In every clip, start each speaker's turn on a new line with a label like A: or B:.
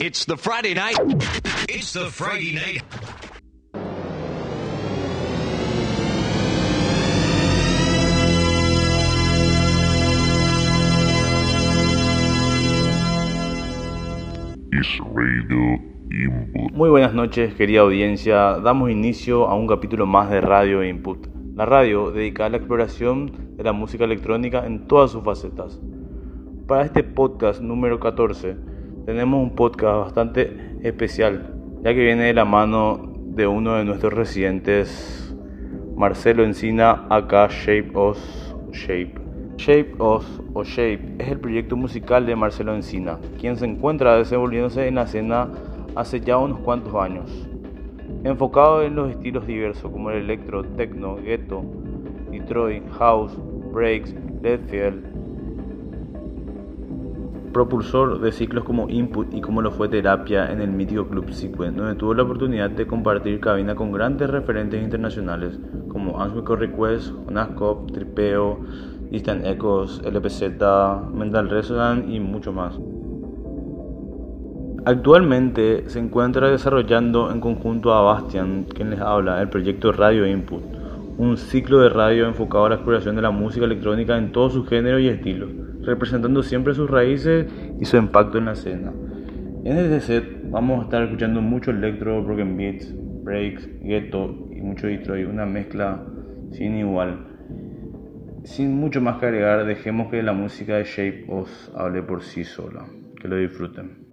A: It's the Friday night. It's the Friday night.
B: Muy buenas noches, querida audiencia. Damos inicio a un capítulo más de Radio Input, la radio dedicada a la exploración de la música electrónica en todas sus facetas. Para este podcast número 14, tenemos un podcast bastante especial, ya que viene de la mano de uno de nuestros residentes, Marcelo Encina, acá Shape Os Shape. Shape Os o Shape es el proyecto musical de Marcelo Encina, quien se encuentra desenvolviéndose en la escena hace ya unos cuantos años. Enfocado en los estilos diversos como el electro, techno, ghetto, Detroit, house, breaks, Leadfield. Propulsor de ciclos como Input y como lo fue Terapia en el mítico Club Sequence, donde tuvo la oportunidad de compartir cabina con grandes referentes internacionales como Answico Request, Jonas Cop, Tripeo, Distant Echoes, LPZ, Mental Resonance y mucho más. Actualmente se encuentra desarrollando en conjunto a Bastian, quien les habla, el proyecto Radio Input, un ciclo de radio enfocado a la exploración de la música electrónica en todos sus géneros y estilos, representando siempre sus raíces y su impacto en la escena. En este set vamos a estar escuchando mucho electro, broken beats, breaks, ghetto y mucho Detroit, una mezcla sin igual. Sin mucho más que agregar, dejemos que la música de Shape os hable por sí sola. Que lo disfruten.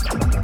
C: Thank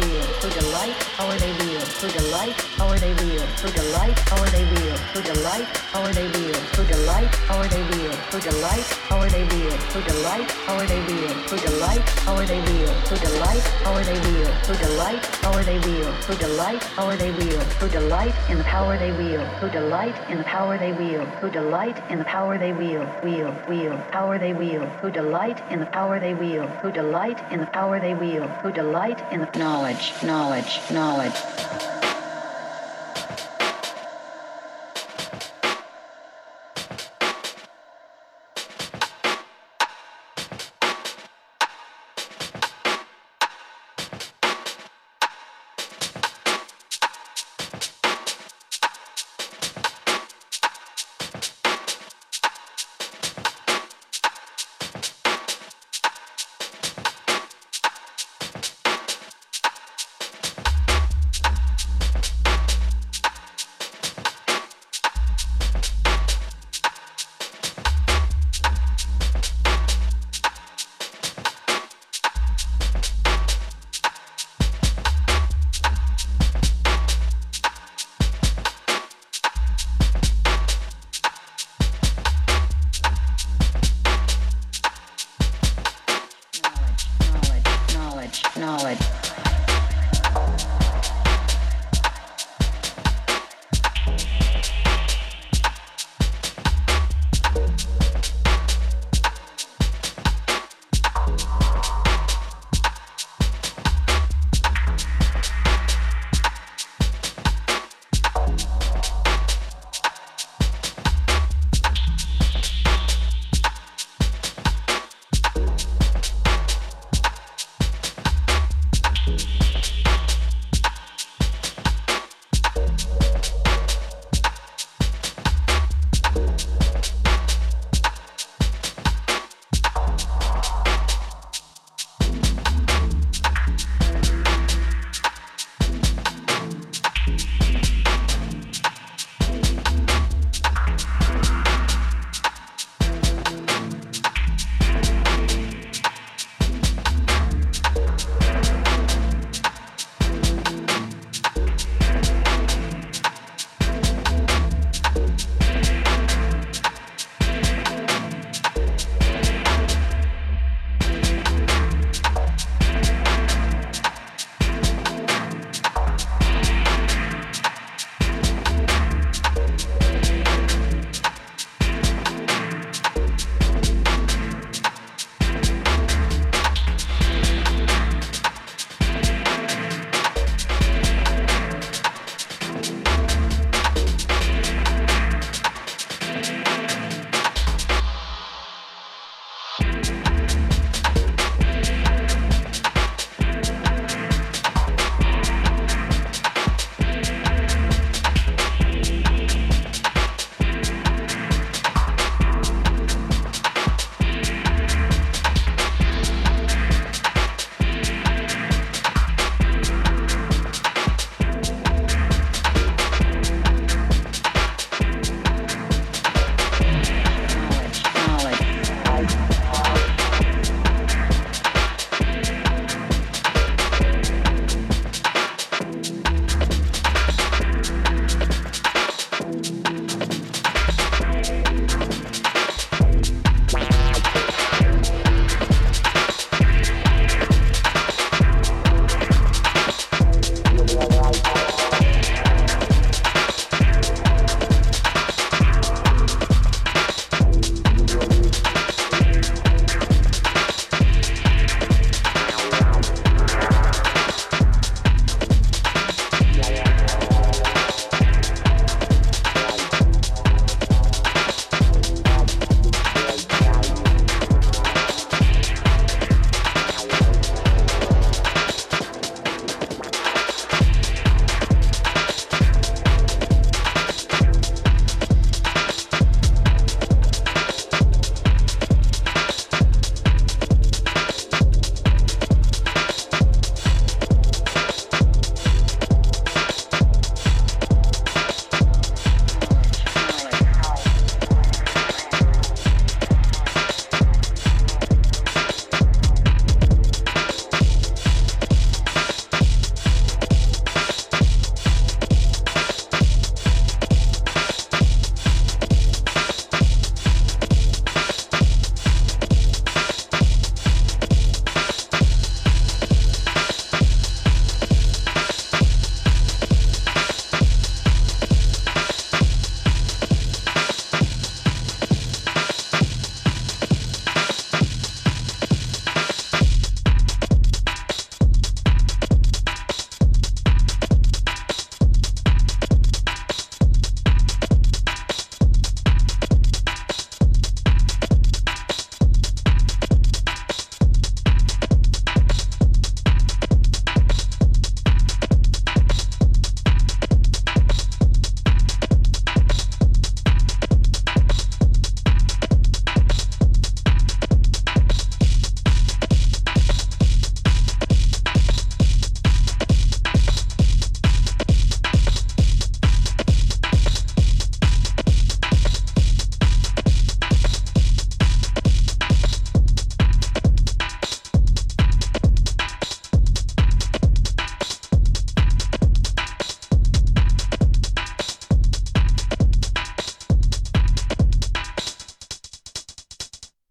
C: Are they real? Who the light? Are they real? Who the light? Are they real? Who the light? Are they real? Who the light? Are they real? Who the light? Are they real? Who the light? Are they real? Who the light? Are they real? Who the light? Are they real? Who the light? Are they real? Who the light? Are they real? Who the light and the power they wield? Who the light and the power they wield? Who the light and the power they wield? Wield, wield, power they wield? Who the light and the power they wield? Who the light and the power they wield? Who the light and the knowledge, knowledge, knowledge.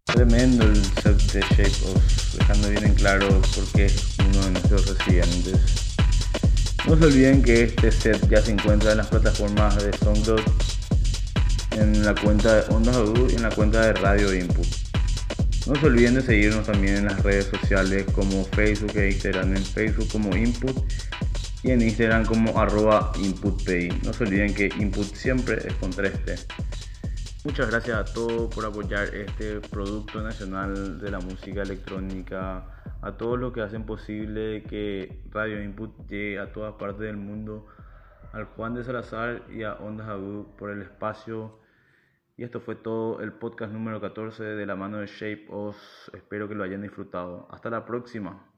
B: tremendo el set de Shape Off, dejando bien en claro por qué es uno de nuestros residentes. No se olviden que este set ya se encuentra en las plataformas de SoundCloud, en la cuenta de Ondas Agu y en la cuenta de Radio Input. No se olviden de seguirnos también en las redes sociales como Facebook e Instagram, en Facebook como Input y en Instagram como arroba InputPay. No se olviden que Input siempre es con 3T. Muchas gracias a todos por apoyar este producto nacional de la música electrónica, a todos los que hacen posible que Radio Input llegue a todas partes del mundo, al Juan de Salazar y a Ondas Agu por el espacio. Y esto fue todo el podcast número 14 de la mano de Shape Oz. Espero que lo hayan disfrutado. Hasta la próxima.